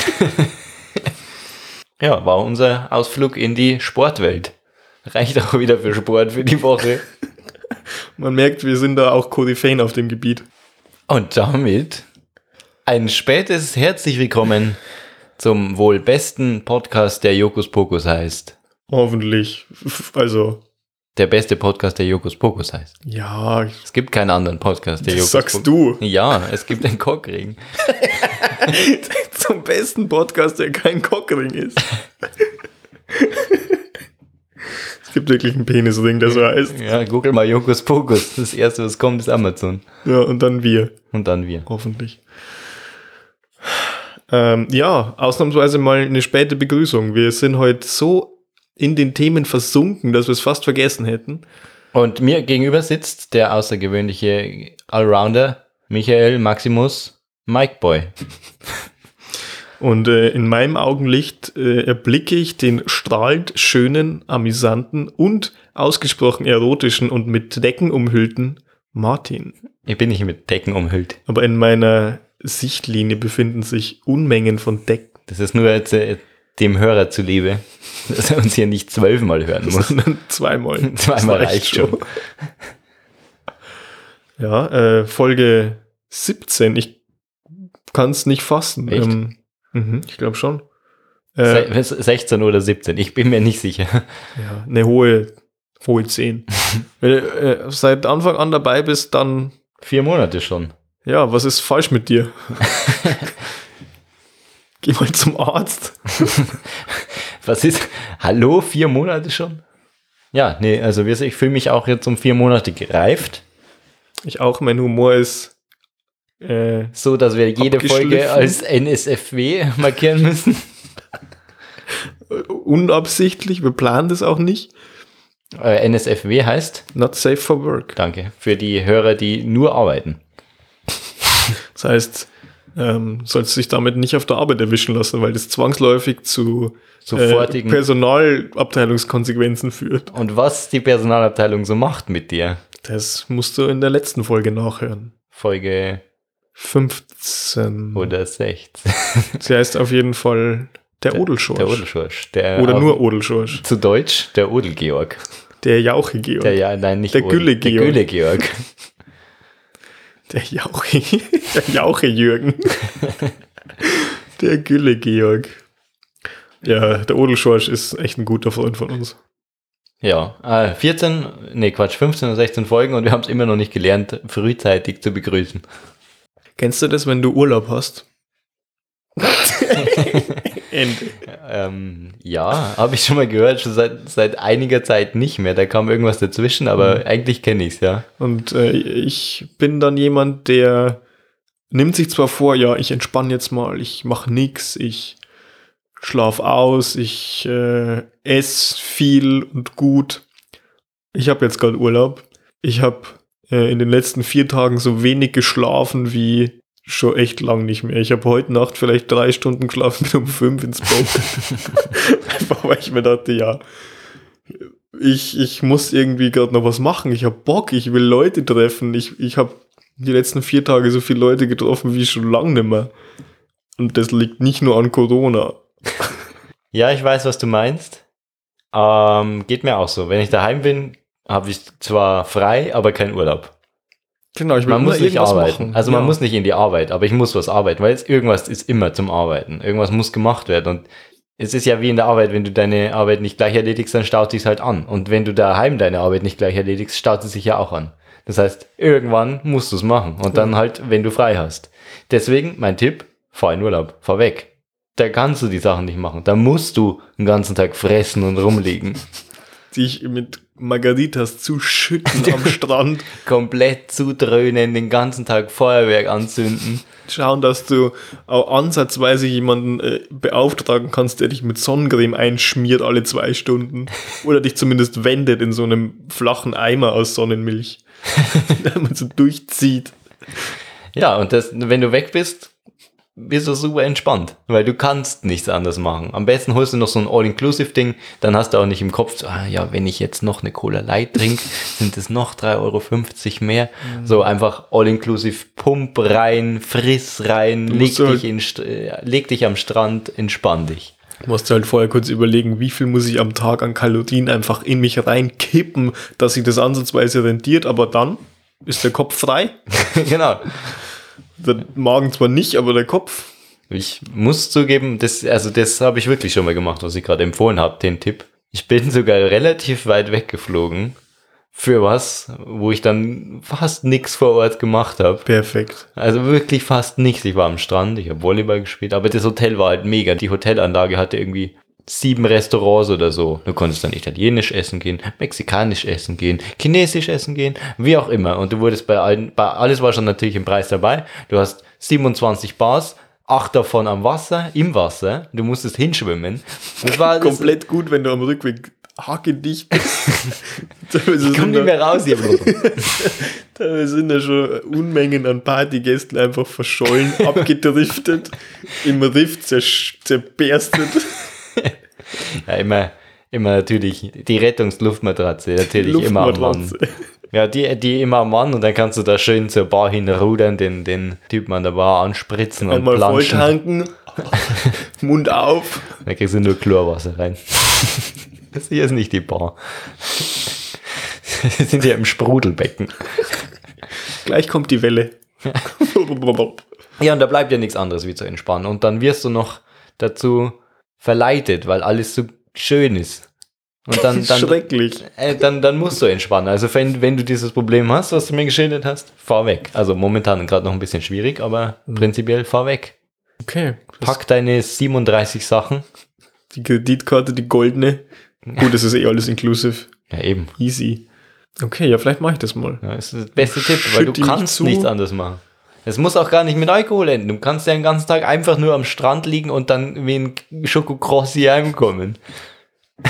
S1: Ja, war unser Ausflug in die Sportwelt. Reicht auch wieder für Sport für die Woche.
S2: Man merkt, wir sind da auch Koryphäen auf dem Gebiet.
S1: *laughs* Und damit ein spätes Herzlich Willkommen zum wohl besten Podcast, der Jokus Pokus heißt.
S2: Hoffentlich. Also,
S1: Der beste Podcast, der Jokus Pokus heißt.
S2: ja, ich
S1: Es gibt keinen anderen Podcast, der
S2: Das
S1: Jokus
S2: sagst
S1: Pokus-
S2: du.
S1: Ja, es gibt den Cockring.
S2: *laughs* Zum besten Podcast, der kein Cockring ist. *laughs* es gibt wirklich einen Penisring, der so heißt.
S1: Ja, google mal Jokus Pokus. Das erste, was kommt, ist Amazon.
S2: Ja, und dann wir,
S1: Und dann wir.
S2: hoffentlich. Ähm, ja, ausnahmsweise mal eine späte Begrüßung. Wir sind heute so in den Themen versunken, dass wir es fast vergessen hätten.
S1: Und mir gegenüber sitzt der außergewöhnliche Allrounder Michael Maximus Mikeboy.
S2: Und äh, in meinem Augenlicht äh, erblicke ich den strahlend schönen, amüsanten und ausgesprochen erotischen und mit Decken umhüllten Martin.
S1: Ich bin nicht mit Decken umhüllt.
S2: Aber in meiner Sichtlinie befinden sich Unmengen von
S1: *laughs*
S2: Decken,
S1: Das ist nur jetzt, äh, dem Hörer zuliebe, *laughs* dass er uns hier nicht zwölfmal hören muss.
S2: sondern zweimal.
S1: *laughs* Zweimal
S2: Das
S1: reicht schon.
S2: *laughs* Ja, äh, Folge 17. Ich kann es nicht fassen.
S1: Echt?
S2: Ähm, mhm, ich glaube schon. Äh,
S1: Se- 16 oder 17, ich bin mir nicht sicher. *laughs*
S2: ja, eine hohe, hohe 10. Wenn du äh, seit Anfang an dabei bist, dann,
S1: Vier Monate schon.
S2: ja, was ist falsch
S1: *laughs*
S2: mit dir? Geh mal zum Arzt.
S1: Was ist? *laughs* Hallo, vier Monate schon? Ja, nee, also wir- ich fühle mich auch jetzt um vier Monate gereift,
S2: Ich auch, mein Humor ist äh,
S1: so dass wir jede Folge
S2: Abgeschliffen.
S1: als NSFW *laughs* markieren müssen.
S2: unabsichtlich, wir planen das auch nicht.
S1: Äh, NSFW heißt,
S2: Not safe for work.
S1: danke, für die Hörer, die nur arbeiten.
S2: Das heißt, ähm, sollst du dich damit nicht auf der Arbeit erwischen lassen, weil das zwangsläufig zu äh,
S1: Sofortigen.
S2: Personalabteilungskonsequenzen führt.
S1: Und was die Personalabteilung so macht mit dir?
S2: Das musst du in der letzten Folge nachhören.
S1: Folge
S2: 15.
S1: oder 16. *laughs*
S2: Sie heißt auf jeden Fall der, Odelschorsch.
S1: Der Odelschorsch. Der
S2: Oder
S1: auf-
S2: nur Odelschorsch.
S1: Zu Deutsch der Odelgeorg.
S2: Der Jauche Georg.
S1: Der ja, nein, nicht
S2: Der
S1: Odel.
S2: Gülle-Georg.
S1: Der Gülle-Georg.
S2: Der Jauche, *laughs* der Jauche Jürgen. der Gülle Georg. Ja, der Odelschorsch ist echt ein guter Freund von uns.
S1: Ja, äh, 14, nee Quatsch, 15 oder 16 Folgen und wir haben es immer noch nicht gelernt, frühzeitig zu begrüßen.
S2: Kennst du das, wenn du Urlaub *laughs* hast? Ende.
S1: Ähm, ja, habe ich schon mal gehört, schon seit, seit einiger Zeit nicht mehr. Da kam irgendwas dazwischen, aber
S2: Mhm.
S1: eigentlich kenne ich es, ja.
S2: Und äh, ich bin dann jemand, der nimmt sich zwar vor, ja, ich entspanne jetzt mal, ich mache nix, ich schlaf aus, ich äh, esse viel und gut. Ich habe jetzt gerade Urlaub. Ich habe äh, in den letzten vier Tagen so wenig geschlafen wie schon echt lang nicht mehr. Ich habe heute Nacht vielleicht drei Stunden geschlafen, *laughs* bin um fünf ins Bett. Einfach weil ich mir dachte, ja, ich, ich muss irgendwie gerade noch was machen. Ich habe Bock, ich will Leute treffen. Ich, ich habe die letzten vier Tage so viele Leute getroffen wie schon lange nicht mehr. Und das liegt nicht nur an Corona.
S1: Ja, ich weiß, was du meinst. Ähm, geht mir auch so. Wenn ich daheim bin, habe ich zwar frei, aber keinen Urlaub.
S2: Genau, ich will
S1: Man
S2: immer
S1: muss nicht
S2: irgendwas
S1: arbeiten.
S2: machen.
S1: Also man
S2: Ja.
S1: muss nicht in die Arbeit, aber ich muss was arbeiten, weil es irgendwas ist immer zum Arbeiten. Irgendwas muss gemacht werden. Und es ist ja wie in der Arbeit, wenn du deine Arbeit nicht gleich erledigst, dann staut sich's halt an. Und wenn du daheim deine Arbeit nicht gleich erledigst, staut sie sich ja auch an. Das heißt, irgendwann musst du es machen. Und dann halt, wenn du frei hast. Deswegen mein Tipp, fahr in Urlaub, fahr weg. Da kannst du die Sachen nicht machen. Da musst du den ganzen Tag fressen und rumliegen.
S2: dich mit Margaritas zuschütten
S1: *laughs*
S2: am Strand,
S1: *laughs* Komplett zudröhnen, den ganzen Tag Feuerwerk anzünden.
S2: schauen, dass du auch ansatzweise jemanden äh, beauftragen kannst, der dich mit Sonnencreme einschmiert alle zwei Stunden oder dich zumindest wendet in so einem flachen Eimer aus Sonnenmilch, *laughs* der man so durchzieht.
S1: Ja, und das, wenn du weg bist, bist du super entspannt, weil du kannst nichts anderes machen. Am besten holst du noch so ein All-Inclusive-Ding, dann hast du auch nicht im Kopf, so, ah, ja, wenn ich jetzt noch eine Cola Light
S2: *laughs*
S1: trinke, sind es noch 3,50 Euro mehr.
S2: Mhm.
S1: So einfach All-Inclusive, Pump rein, friss rein, leg
S2: musst
S1: dich,
S2: halt-
S1: in, St- äh, leg dich am Strand, entspann dich. *laughs*
S2: Du musst halt vorher kurz überlegen, wie viel muss ich am Tag an Kalorien einfach in mich reinkippen, dass sich das ansatzweise rentiert, aber dann ist der Kopf frei.
S1: genau.
S2: Der Magen zwar nicht, aber der Kopf.
S1: Ich muss zugeben, das, also das habe ich wirklich schon mal gemacht, was ich gerade empfohlen habe, den Tipp. Ich bin sogar relativ weit weggeflogen für was, wo ich dann fast nichts vor Ort gemacht habe.
S2: Perfekt.
S1: Also wirklich fast nichts. Ich war am Strand, ich habe Volleyball gespielt, aber das Hotel war halt mega. Die Hotelanlage hatte irgendwie sieben Restaurants oder so. Du konntest dann italienisch essen gehen, mexikanisch essen gehen, chinesisch essen gehen, wie auch immer. Und du wurdest bei allen, bei alles war schon natürlich im Preis dabei. Du hast 27 Bars, acht davon am Wasser, im Wasser. Du musstest hinschwimmen. Das war das, *laughs*
S2: komplett gut, wenn du am Rückweg hackedicht bist. *laughs* teilweise,
S1: ich komm
S2: sind
S1: nicht
S2: da,
S1: mehr raus hier.
S2: teilweise sind da schon Unmengen an Partygästen
S1: *laughs*
S2: einfach verschollen, abgedriftet, im Riff zersch- zerberstet.
S1: Ja, immer, immer natürlich die Rettungsluftmatratze, natürlich immer am Mann.
S2: Luftmatratze.
S1: Ja, die, die immer am Mann und dann kannst du da schön zur Bar hinrudern, den, den Typen an der Bar anspritzen und
S2: Einmal
S1: planschen. *laughs*
S2: volltanken, Mund auf.
S1: Da kriegst du nur Chlorwasser rein. *laughs* das hier ist nicht die Bar. Wir sind ja im Sprudelbecken.
S2: Gleich kommt
S1: *laughs*
S2: die Welle.
S1: Ja, und da bleibt ja nichts anderes wie zu entspannen. Und dann wirst du noch dazu verleitet, weil alles so schön ist. Und
S2: *laughs*
S1: dann, dann,
S2: Schrecklich.
S1: Äh, dann, dann musst du entspannen. Also wenn, wenn du dieses Problem hast, was du mir geschildert hast, fahr weg. Also momentan gerade noch ein bisschen schwierig, aber prinzipiell fahr weg.
S2: Okay.
S1: Pack deine 37 Sachen.
S2: Die Kreditkarte, die goldene. Gut, das ist eh alles inclusive.
S1: Ja, eben.
S2: Easy. Okay, ja, vielleicht mache ich das mal.
S1: Ja, das ist das beste Tipp, weil du
S2: Schütt die nicht
S1: kannst
S2: zu.
S1: nichts anderes machen. Es muss auch gar nicht mit Alkohol enden. Du kannst ja den ganzen Tag einfach nur am Strand liegen und dann wie ein Schokokrossi heimkommen. *laughs*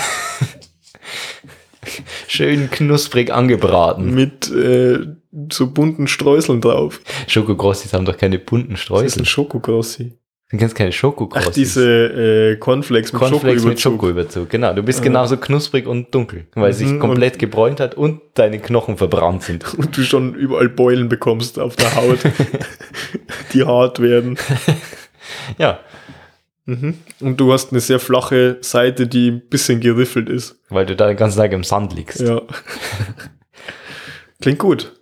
S1: Schön knusprig angebraten.
S2: Mit äh, so bunten Streuseln drauf.
S1: Schokokrossis haben doch keine bunten
S2: Das ist
S1: Streusel.
S2: ein Schokokrossi.
S1: Du kennst keine Schokokrossis.
S2: Ach, diese äh, Cornflakes mit
S1: Cornflakes mit
S2: Schokoüberzug.
S1: Schokoüberzug, genau. Du bist genauso knusprig und dunkel, weil sich
S2: Mhm,
S1: komplett gebräunt hat und deine Knochen verbrannt sind.
S2: Und du schon überall Beulen bekommst auf
S1: *laughs*
S2: der Haut, die hart werden. Mhm.
S1: Ja,
S2: Und du hast eine sehr flache Seite, die ein bisschen geriffelt ist.
S1: weil du da den ganzen Tag im Sand liegst.
S2: Ja. Klingt gut.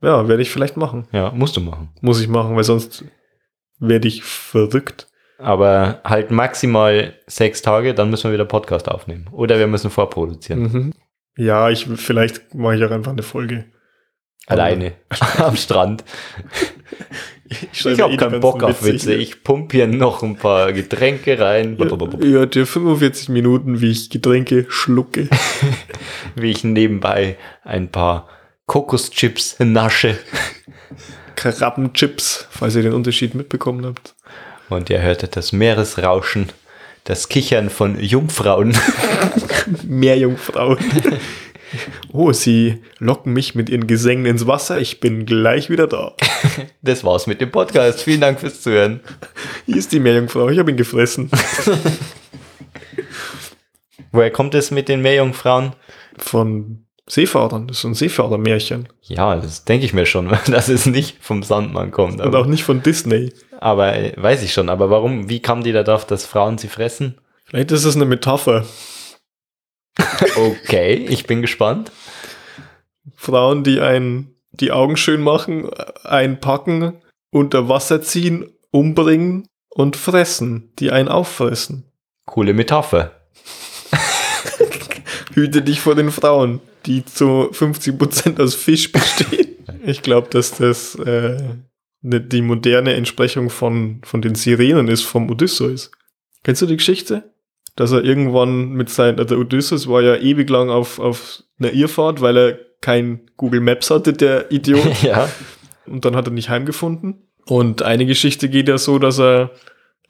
S2: Ja, werde ich vielleicht machen.
S1: Ja, musst du machen.
S2: Muss ich machen, weil sonst werde ich verrückt.
S1: Aber halt maximal sechs Tage, dann müssen wir wieder Podcast aufnehmen. Oder wir müssen vorproduzieren.
S2: Mhm. Ja, ich, vielleicht mache ich auch einfach eine Folge. *laughs*
S1: Alleine. Am Strand. Ich,
S2: schreibe
S1: hab
S2: eh
S1: habe
S2: die
S1: keinen
S2: ganzen
S1: Bock auf
S2: Witze
S1: Witze. Ich pump hier noch ein
S2: *laughs*
S1: paar Getränke rein,
S2: Ihr, ihr hört ja 45 Minuten, wie ich Getränke
S1: *laughs*
S2: schlucke.
S1: wie ich nebenbei ein paar Kokoschips nasche.
S2: Krabbenchips, falls ihr den Unterschied mitbekommen habt.
S1: Und ihr hörtet das Meeresrauschen, das Kichern von Jungfrauen. *laughs*
S2: Mehr Jungfrauen. oh, sie locken mich mit ihren Gesängen ins Wasser. Ich bin gleich wieder da.
S1: Das war's mit dem Podcast. Vielen Dank fürs Zuhören.
S2: Hier ist die Meerjungfrau. Ich habe ihn gefressen.
S1: Woher kommt es mit den Meerjungfrauen?
S2: Von Seefahrern. Das ist ein Seefahrermärchen.
S1: Ja, das denke ich mir schon, *laughs* dass es nicht vom Sandmann kommt.
S2: Und
S1: Aber,
S2: auch nicht von Disney.
S1: aber äh, weiß ich schon. Aber warum, wie kam die darauf, dass Frauen sie fressen?
S2: Vielleicht ist es eine Metapher. *laughs*
S1: Okay, ich bin gespannt.
S2: Frauen, die einen die Augen schön machen, einen packen, unter Wasser ziehen, umbringen und fressen, die einen auffressen.
S1: Coole Metapher. *laughs*
S2: Hüte dich vor den Frauen, die zu 50% aus Fisch bestehen. Ich glaube, dass das äh, ne, die moderne Entsprechung von, von den Sirenen ist, vom Odysseus. Kennst du die Geschichte? Dass er irgendwann mit seinen, also der Odysseus war ja ewig lang auf, auf einer Irrfahrt, weil er kein Google Maps hatte, der
S1: *laughs*
S2: Idiot.
S1: ja.
S2: und dann hat er nicht heimgefunden. Und eine Geschichte geht ja so, dass er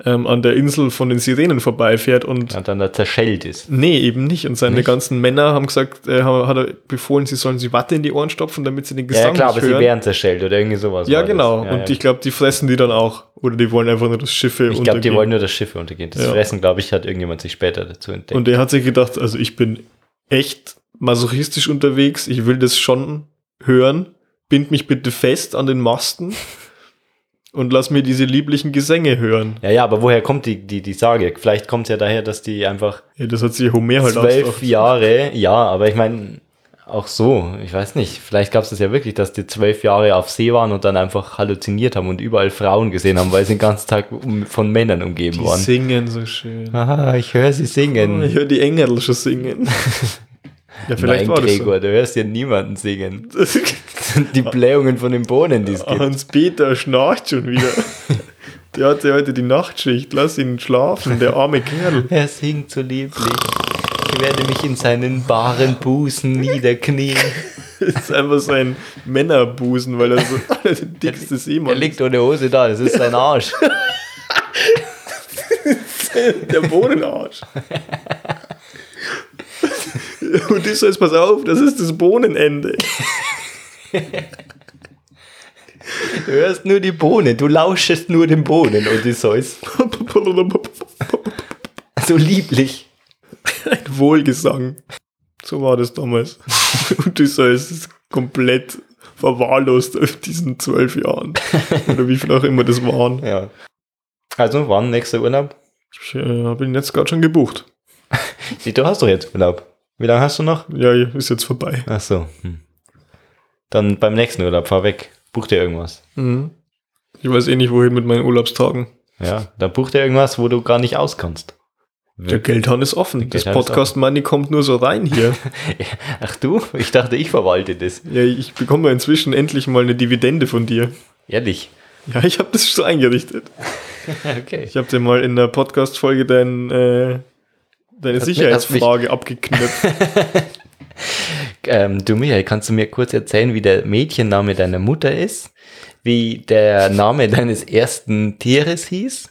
S2: ähm, an der Insel von den Sirenen vorbeifährt und
S1: Und dann da zerschellt ist.
S2: nee, eben nicht. Und seine
S1: Nicht?
S2: ganzen Männer haben gesagt, äh, haben- hat er befohlen, sie sollen sie Watte in die Ohren stopfen, damit sie den
S1: Ja,
S2: Gesang
S1: klar, aber
S2: nicht
S1: sie
S2: hören.
S1: wären zerschellt oder irgendwie sowas.
S2: ja,
S1: war das.
S2: genau.
S1: Ja,
S2: und
S1: ja.
S2: ich glaube, die fressen die dann auch. Oder die wollen einfach nur das Schiffe
S1: Ich glaube, die
S2: untergehen.
S1: wollen nur das Schiff untergehen. Das
S2: Ja.
S1: Fressen, glaube ich, hat irgendjemand sich später dazu entdeckt.
S2: Und er hat sich gedacht, also ich bin echt masochistisch unterwegs, ich will das schon hören, bind mich bitte fest an
S1: *laughs*
S2: den Masten und lass mir diese lieblichen Gesänge hören.
S1: ja, ja, aber woher kommt die, die, die Sage? Vielleicht kommt es ja daher, dass die einfach
S2: Ja, das hat sich Homer halt
S1: zwölf
S2: ausgedacht.
S1: Jahre, ja, aber ich meine, auch so, ich weiß nicht, vielleicht gab es das ja wirklich, dass die zwölf Jahre auf See waren und dann einfach halluziniert haben und überall Frauen gesehen haben, weil sie den ganzen Tag um, von Männern umgeben
S2: Die
S1: waren.
S2: singen so schön. Oh,
S1: Ah, ich höre sie singen.
S2: Ich höre die Engel
S1: *laughs*
S2: schon singen. ja, vielleicht
S1: Nein,
S2: war das
S1: Gregor, du hörst ja niemanden singen. *laughs*
S2: so.
S1: Das sind die Blähungen von den Bohnen, die es
S2: *laughs*
S1: gibt.
S2: Hans-Peter schnarcht schon *laughs* wieder. Der hatte heute die Nachtschicht. Lass ihn schlafen, der arme Kerl.
S1: Er singt so lieblich. Ich werde mich in seinen baren Busen
S2: *laughs*
S1: niederknien.
S2: Das ist einfach sein Männerbusen, weil *laughs* er so der dickste
S1: Er
S2: Seemann ist.
S1: liegt ohne Hose da, das ist sein Arsch.
S2: Der Bohnenarsch. *laughs* Und ich so, jetzt pass auf, das ist das *laughs* Bohnenende.
S1: Du hörst nur die Bohnen, du lauschest nur den Bohnen, Odysseus. So lieblich.
S2: Ein Wohlgesang. So war das *laughs* damals. Und Odysseus ist komplett verwahrlost auf diesen zwölf Jahren. Oder wie viel auch immer das waren.
S1: Ja. Also, wann nächster Urlaub?
S2: Ich äh, habe ihn jetzt gerade schon gebucht.
S1: Sie, Du hast doch jetzt Urlaub. Wie lange hast du noch?
S2: Ja, ist jetzt vorbei.
S1: Ach so. Hm. Dann beim nächsten Urlaub, fahr weg. Buch dir irgendwas.
S2: Ich weiß eh nicht, wohin mit meinen Urlaubstagen.
S1: Ja, dann buch dir irgendwas, wo du gar nicht auskommst.
S2: Der Geldhahn ist offen.
S1: Der
S2: Das
S1: Geldhahn ist
S2: Podcast Money kommt nur so
S1: *laughs*
S2: rein hier.
S1: Ach du? Ich dachte, ich verwalte das.
S2: ja, ich bekomme inzwischen endlich mal eine Dividende von dir.
S1: Ehrlich.
S2: Ja, ich habe das schon eingerichtet.
S1: Okay.
S2: Ich habe dir mal in der Podcast-Folge dein, äh, deine
S1: mich-
S2: Sicherheitsfrage abgeknöpft.
S1: *laughs* Ähm, du Michael, kannst du mir kurz erzählen, wie der Mädchenname deiner Mutter ist, wie der Name deines ersten Tieres hieß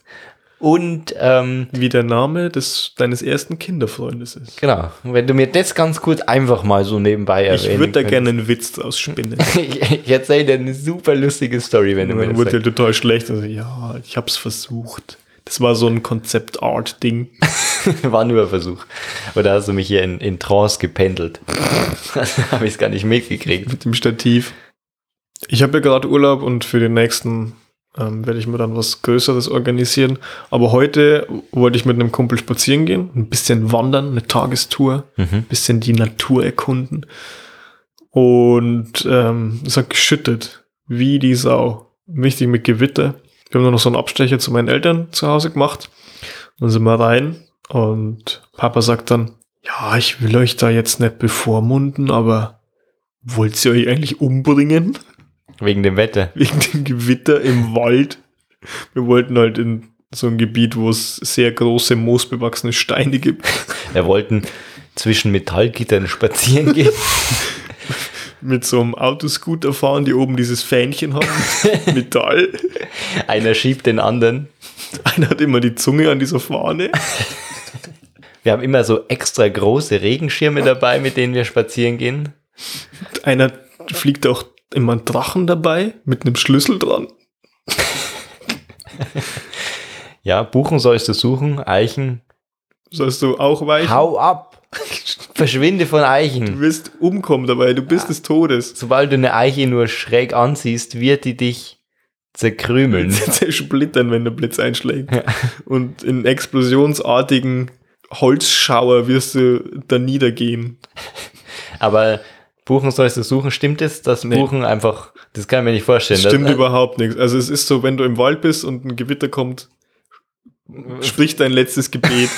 S1: und ähm,
S2: wie der Name des, deines ersten Kinderfreundes ist.
S1: genau, wenn du mir das ganz kurz einfach mal so nebenbei
S2: Ich
S1: erwähnen
S2: würde da
S1: könntest.
S2: gerne einen Witz
S1: *laughs*
S2: draus spinnen.
S1: ich, ich erzähle dir eine super lustige Story, wenn du mir
S2: Dann
S1: das
S2: wurde er
S1: sagst.
S2: total schlecht. Also, ja, ich hab's versucht. Das war so ein Konzept-Art-Ding.
S1: War nur ein Versuch. Oder hast du mich hier in, in Trance gependelt? *laughs* Habe ich es gar nicht mitgekriegt.
S2: Mit dem Stativ. Ich habe ja gerade Urlaub und für den nächsten ähm, werde ich mir dann was Größeres organisieren. Aber heute wollte ich mit einem Kumpel spazieren gehen, ein bisschen wandern, eine Tagestour, ein bisschen die Natur erkunden. und ähm, es hat geschüttet, wie die Sau. Richtig mit Gewitter. Wir haben dann noch so einen Abstecher zu meinen Eltern zu Hause gemacht. Dann sind wir rein und Papa sagt dann, ja, ich will euch da jetzt nicht bevormunden, aber wollt ihr euch eigentlich umbringen? *laughs*
S1: Wegen dem Wetter.
S2: wegen dem Gewitter im Wald. Wir wollten halt in so ein Gebiet, wo es sehr große moosbewachsene Steine gibt.
S1: Wir wollten zwischen Metallgittern *laughs* spazieren gehen.
S2: Mit so einem Autoscooter fahren, die oben dieses Fähnchen haben. Metall.
S1: Einer schiebt den anderen.
S2: Einer hat immer die Zunge an dieser Fahne.
S1: Wir haben immer so extra große Regenschirme dabei, mit denen wir spazieren gehen.
S2: Einer fliegt auch immer ein Drachen dabei mit einem Schlüssel dran.
S1: Ja, Buchen sollst du suchen, Eichen.
S2: Sollst du auch weichen?
S1: Hau ab! *laughs* Verschwinde von
S2: Du
S1: Eichen.
S2: wirst umkommen dabei, du bist des Todes.
S1: Sobald du eine Eiche nur schräg ansiehst, wird die dich
S2: *laughs*
S1: zerkrümeln.
S2: zersplittern, wenn der Blitz einschlägt. Und in explosionsartigen Holzschauer wirst du da niedergehen.
S1: Aber Buchen sollst du suchen, stimmt es, dass Buchen einfach, das äh kann ich mir nicht vorstellen.
S2: Das stimmt
S1: dass,
S2: überhaupt nichts. Also es ist so, wenn du im Wald bist und ein Gewitter kommt, sprich dein letztes Gebet.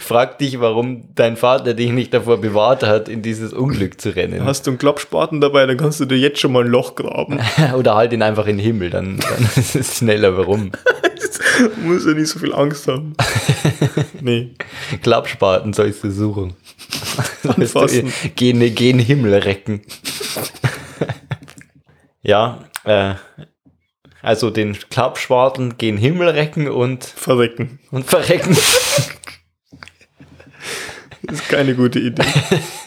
S1: frag dich, warum dein Vater dich nicht davor bewahrt hat, in dieses Unglück zu rennen.
S2: Hast du einen Klappspaten dabei, dann kannst du dir jetzt schon mal ein Loch graben.
S1: *laughs* Oder halt ihn einfach in den Himmel, dann, dann *laughs* ist es schneller warum.
S2: Du musst ja nicht so viel Angst
S1: *laughs*
S2: haben. Nee.
S1: Klappspaten sollst du suchen. *laughs* Sollst
S2: Anfassen.
S1: du Gene, Gen Himmel recken. *laughs* ja, äh, also den Klappspaten gen Himmel recken und,
S2: Verrecken.
S1: und verrecken.
S2: Ist keine gute Idee.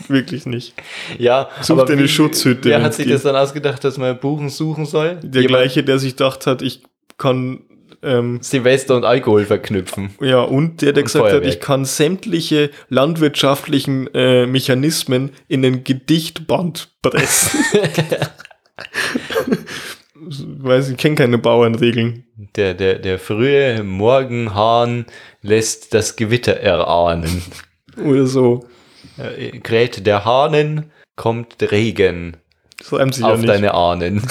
S2: Wirklich nicht.
S1: ja,
S2: Such dir eine
S1: wie-
S2: Schutzhütte,
S1: Wer hat
S2: wenn's
S1: sich
S2: geht.
S1: das dann ausgedacht, dass man Buchen suchen soll?
S2: Der gleiche, der sich gedacht hat, ich kann ähm,
S1: Silvester und Alkohol verknüpfen.
S2: Ja, und der, der
S1: Und
S2: gesagt hat,
S1: Feuerwerk.
S2: ich kann sämtliche landwirtschaftlichen äh, Mechanismen in ein Gedichtband
S1: *laughs*
S2: pressen. Weiß ich, kenne keine Bauernregeln.
S1: Der, der, der frühe Morgenhahn lässt das Gewitter erahnen.
S2: Oder so.
S1: Äh, Kräht der Hahnen, kommt Regen
S2: Das reimt sich
S1: auf
S2: ja nicht.
S1: deine Ahnen.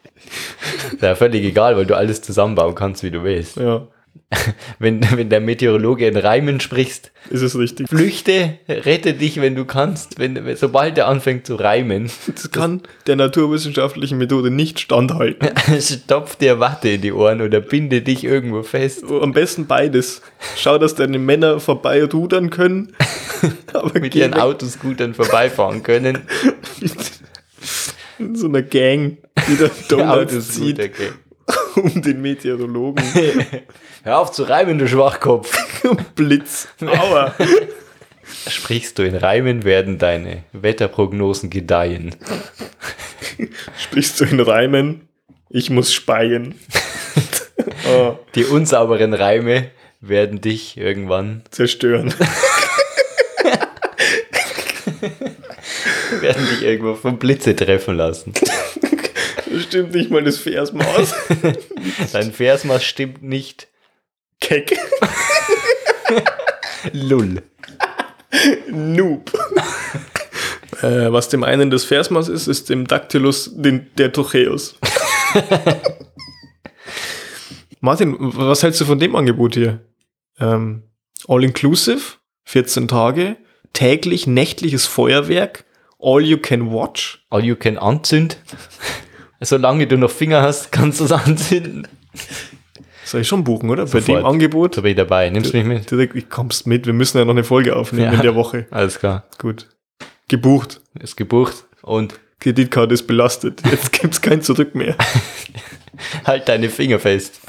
S1: *laughs* ja, völlig egal, weil du alles zusammenbauen kannst, wie du willst.
S2: Ja,
S1: Wenn, wenn der Meteorologe in Reimen sprichst,
S2: ist es richtig.
S1: flüchte, rette dich, wenn du kannst, wenn, sobald er anfängt zu reimen,
S2: Das kann der naturwissenschaftlichen Methode nicht standhalten.
S1: *laughs* stopf dir Watte in die Ohren oder binde dich irgendwo fest.
S2: Am besten beides. Schau, dass deine Männer vorbei
S1: *laughs*
S2: rudern können. Aber
S1: mit
S2: geh
S1: ihren
S2: weg
S1: Autoscootern vorbeifahren können.
S2: in so einer Gang, die
S1: *laughs*
S2: da Donuts zieht,
S1: okay.
S2: um den Meteorologen.
S1: *laughs* Hör auf zu reimen, du Schwachkopf. *laughs*
S2: Blitz. Aua.
S1: Sprichst du in Reimen, werden deine Wetterprognosen gedeihen.
S2: Sprichst du in Reimen? Ich
S1: *laughs*
S2: muss speien. oh,
S1: Die unsauberen Reime werden dich irgendwann, *laughs*
S2: zerstören.
S1: werden dich irgendwo vom Blitze treffen lassen.
S2: Das stimmt nicht mal das Versmaß.
S1: *laughs* Dein Versmaß stimmt nicht.
S2: Keck.
S1: Lull.
S2: Noob. *laughs* Äh, was dem einen das Versmaß ist, ist dem Dactylus den, der
S1: *laughs*
S2: Trocheus. Martin, was hältst du von dem Angebot hier? Ähm, All-inclusive, 14 Tage, täglich, nächtliches Feuerwerk, all you can watch.
S1: All you can anzünd. *laughs* Solange du noch Finger hast, kannst du es anzünden.
S2: Soll ich schon buchen, oder? Bei
S1: Sofort.
S2: dem Angebot?
S1: So bin ich dabei. Nimmst du mich mit?
S2: Direkt, ich kommst mit, wir müssen ja noch eine Folge aufnehmen
S1: Ja.
S2: in der Woche.
S1: Alles klar.
S2: Gut. Gebucht.
S1: Ist gebucht und
S2: Kreditkarte ist belastet. Jetzt gibt's kein Zurück mehr.
S1: halt deine Finger fest.